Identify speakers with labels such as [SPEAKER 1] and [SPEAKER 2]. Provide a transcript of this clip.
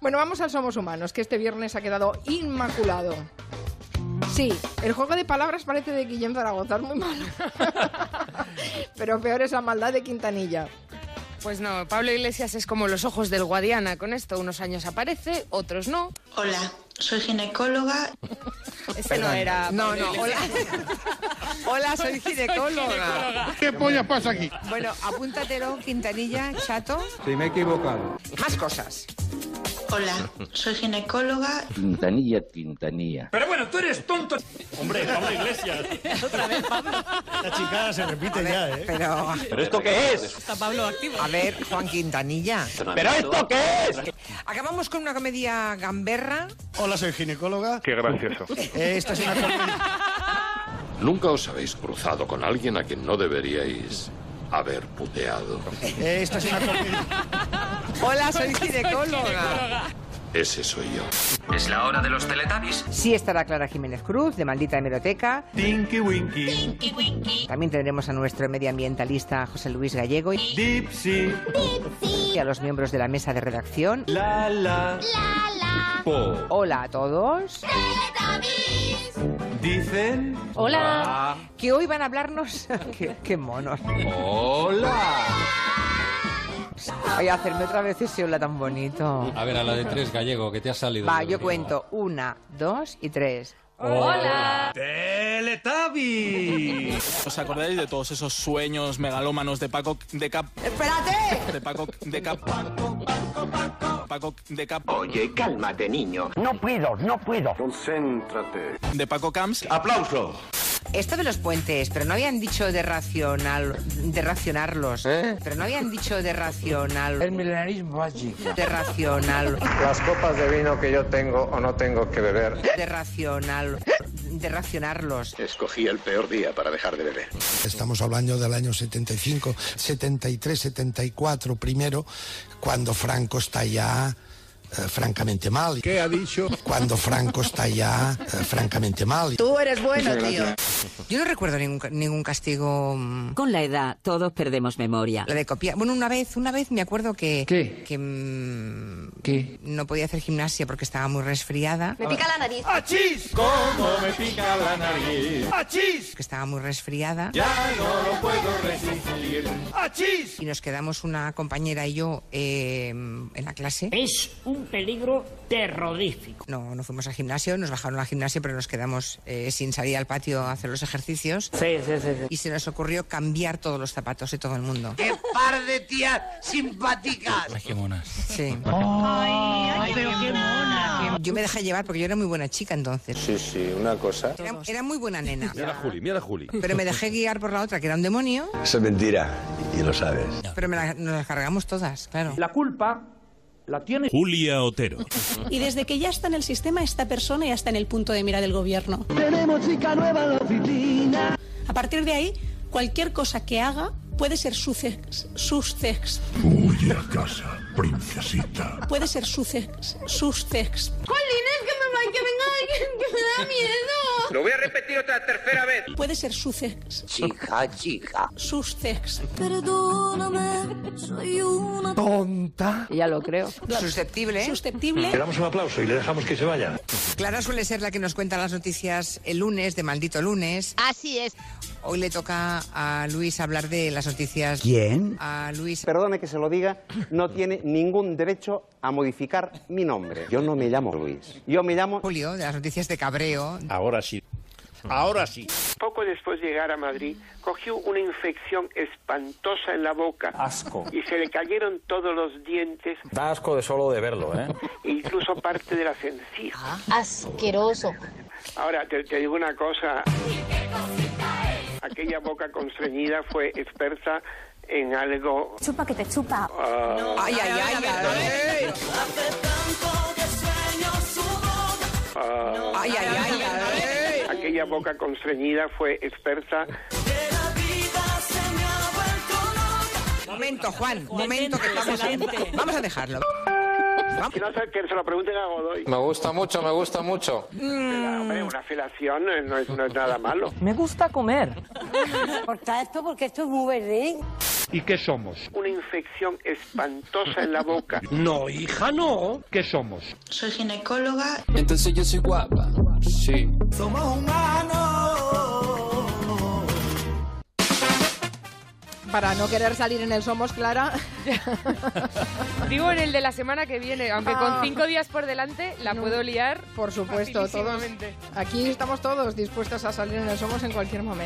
[SPEAKER 1] Bueno, vamos al Somos Humanos, que este viernes ha quedado inmaculado. Sí, el juego de palabras parece de Guillem Zaragoza, es muy malo. Pero peor es la maldad de Quintanilla.
[SPEAKER 2] Pues no, Pablo Iglesias es como los ojos del Guadiana con esto. Unos años aparece, otros no.
[SPEAKER 3] Hola, soy ginecóloga.
[SPEAKER 2] Ese no era.
[SPEAKER 4] No,
[SPEAKER 2] Pablo
[SPEAKER 4] no, hola.
[SPEAKER 2] Iglesias.
[SPEAKER 4] Hola, soy ginecóloga.
[SPEAKER 5] ¿Qué polla pasa aquí?
[SPEAKER 4] Bueno, apúntatelo, Quintanilla, chato.
[SPEAKER 6] Si me he equivocado.
[SPEAKER 4] Más cosas.
[SPEAKER 3] Hola, soy ginecóloga.
[SPEAKER 7] Quintanilla, Quintanilla.
[SPEAKER 8] Pero bueno, tú eres tonto. Hombre, Pablo Iglesias.
[SPEAKER 9] La chicada se repite ya, ¿eh?
[SPEAKER 4] Pero,
[SPEAKER 7] ¿Pero esto qué es?
[SPEAKER 10] Está Pablo activo.
[SPEAKER 4] a ver, Juan Quintanilla.
[SPEAKER 7] ¿Pero esto qué es?
[SPEAKER 4] Acabamos con una comedia gamberra.
[SPEAKER 9] Hola, soy ginecóloga.
[SPEAKER 5] Qué gracioso.
[SPEAKER 9] Eh, Esta es una comedia.
[SPEAKER 8] Nunca os habéis cruzado con alguien a quien no deberíais haber puteado.
[SPEAKER 9] eh, Esta es una comedia.
[SPEAKER 4] Hola, soy ginecóloga.
[SPEAKER 8] Ese soy yo.
[SPEAKER 7] Es la hora de los Teletubbies.
[SPEAKER 4] Sí estará Clara Jiménez Cruz, de Maldita Hemeroteca.
[SPEAKER 6] Tinky Winky.
[SPEAKER 4] También tendremos a nuestro medioambientalista José Luis Gallego y
[SPEAKER 6] Dipsy.
[SPEAKER 4] a los miembros de la mesa de redacción.
[SPEAKER 6] La la. Po.
[SPEAKER 4] Hola a todos.
[SPEAKER 6] Dicen.
[SPEAKER 10] Hola.
[SPEAKER 4] Que hoy van a hablarnos. qué, qué monos.
[SPEAKER 6] Hola.
[SPEAKER 4] Voy a hacerme otra vez ese hola tan bonito.
[SPEAKER 11] A ver, a la de tres, gallego, que te ha salido.
[SPEAKER 4] Va, yo cuento. Una, dos y tres.
[SPEAKER 10] Hola.
[SPEAKER 6] Teletubbies.
[SPEAKER 11] ¿Os acordáis de todos esos sueños megalómanos de Paco de Cap?
[SPEAKER 4] ¡Espérate!
[SPEAKER 11] De Paco de Cap. Paco de Cap.
[SPEAKER 7] Oye, cálmate, niño.
[SPEAKER 5] Concéntrate.
[SPEAKER 11] De Paco Camps.
[SPEAKER 7] Aplauso.
[SPEAKER 4] Esto de los puentes, pero no habían dicho de racional, de racionarlos. Pero no habían dicho de racional. El milenarismo básico. De racional.
[SPEAKER 5] Las copas de vino que yo tengo o no tengo que beber.
[SPEAKER 4] De racional. De racionarlos.
[SPEAKER 7] Escogí el peor día para dejar de beber.
[SPEAKER 12] Estamos hablando del año 75, 73, 74 primero, cuando Franco está ya eh, francamente mal.
[SPEAKER 5] ¿Qué ha dicho?
[SPEAKER 12] Cuando Franco está ya eh, francamente mal.
[SPEAKER 1] Tú eres bueno, tío.
[SPEAKER 4] Yo no recuerdo ningún, ca- ningún castigo. mm,
[SPEAKER 10] Con la edad todos perdemos memoria.
[SPEAKER 4] Lo de copiar. Bueno, una vez, una vez me acuerdo que.
[SPEAKER 6] ¿Qué?
[SPEAKER 4] Que. mm,
[SPEAKER 6] ¿Qué?
[SPEAKER 4] No podía hacer gimnasia porque estaba muy resfriada.
[SPEAKER 10] Me pica la nariz.
[SPEAKER 6] ¡Achis! ¿Cómo me pica la nariz? ¡Achis!
[SPEAKER 4] Que estaba muy resfriada.
[SPEAKER 6] Ya no lo puedo resistir. ¡Achis!
[SPEAKER 4] Y nos quedamos una compañera y yo eh, en la clase.
[SPEAKER 3] Es un peligro terrorífico.
[SPEAKER 4] No, no fuimos al gimnasio, nos bajaron al gimnasio, pero nos quedamos eh, sin salir al patio a hacer los ejercicios.
[SPEAKER 3] Sí, sí, sí.
[SPEAKER 4] Y se nos ocurrió cambiar todos los zapatos de todo el mundo.
[SPEAKER 7] ¡Qué par de tías simpáticas!
[SPEAKER 11] Qué monas.
[SPEAKER 4] Sí.
[SPEAKER 3] Ay, pero qué mona.
[SPEAKER 4] Yo me dejé llevar porque yo era muy buena chica entonces.
[SPEAKER 5] Sí, sí, una cosa.
[SPEAKER 4] Era, era muy buena nena.
[SPEAKER 8] Mira a Juli, mira a Juli.
[SPEAKER 4] Pero me dejé guiar por la otra, que era un demonio.
[SPEAKER 7] Eso es mentira. Y lo sabes.
[SPEAKER 4] Pero me la- nos las cargamos todas, claro.
[SPEAKER 3] La culpa la tiene.
[SPEAKER 8] Julia Otero.
[SPEAKER 10] Y desde que ya está en el sistema, esta persona ya está en el punto de mira del gobierno. Tenemos chica nueva en la oficina. A partir de ahí, cualquier cosa que haga puede ser sucex, suscex,
[SPEAKER 8] Huye a casa, princesita.
[SPEAKER 10] puede ser sucex, suscex.
[SPEAKER 7] Lo voy a repetir otra tercera vez.
[SPEAKER 10] Puede ser sucex,
[SPEAKER 7] Chica, chica.
[SPEAKER 10] suscex.
[SPEAKER 12] Tonta.
[SPEAKER 1] Ya lo creo.
[SPEAKER 4] Susceptible. ¿eh?
[SPEAKER 10] Susceptible.
[SPEAKER 9] Le damos un aplauso y le dejamos que se vaya.
[SPEAKER 4] Clara suele ser la que nos cuenta las noticias el lunes, de maldito lunes.
[SPEAKER 3] Así es.
[SPEAKER 4] Hoy le toca a Luis hablar de las noticias.
[SPEAKER 6] ¿Quién?
[SPEAKER 4] A Luis.
[SPEAKER 7] Perdone que se lo diga, no tiene ningún derecho a modificar mi nombre. Yo no me llamo Luis. Yo me llamo...
[SPEAKER 4] Julio, de las noticias de cabreo.
[SPEAKER 8] Ahora sí. Ahora sí.
[SPEAKER 6] Poco después de llegar a Madrid, cogió una infección espantosa en la boca.
[SPEAKER 7] Asco.
[SPEAKER 6] Y se le cayeron todos los dientes,
[SPEAKER 7] Da asco de solo de verlo, ¿eh?
[SPEAKER 6] e incluso parte de las encijas.
[SPEAKER 3] Asqueroso.
[SPEAKER 6] Ahora, te, te digo una cosa. Aquella boca constreñida fue experta en algo...
[SPEAKER 10] Chupa que te chupa.
[SPEAKER 4] Ay, ay, ay, ay. Ay, ay, ay, ay.
[SPEAKER 6] Aquella boca constreñida fue experta...
[SPEAKER 4] Momento, Juan. Momento que estamos. Vamos a dejarlo.
[SPEAKER 6] Que no sé, que se lo pregunten a Godoy.
[SPEAKER 11] Me gusta mucho, me gusta mucho.
[SPEAKER 6] Ah, hombre, una filación no es, no es nada malo.
[SPEAKER 10] Corta esto porque esto es muy verde.
[SPEAKER 3] ¿Y qué somos?
[SPEAKER 6] Una infección espantosa en la boca.
[SPEAKER 3] No, hija, no. ¿Qué somos?
[SPEAKER 6] Soy ginecóloga.
[SPEAKER 3] Entonces yo soy guapa. Sí.
[SPEAKER 12] Somos humanos.
[SPEAKER 1] Para no querer salir en el Somos Clara.
[SPEAKER 13] Digo en el de la semana que viene, aunque
[SPEAKER 1] Ah.
[SPEAKER 13] con cinco días por delante la
[SPEAKER 1] No.
[SPEAKER 13] puedo liar.
[SPEAKER 1] Por supuesto, todos.
[SPEAKER 13] facilísimamente.
[SPEAKER 1] Aquí estamos todos dispuestos a salir en el Somos en cualquier momento.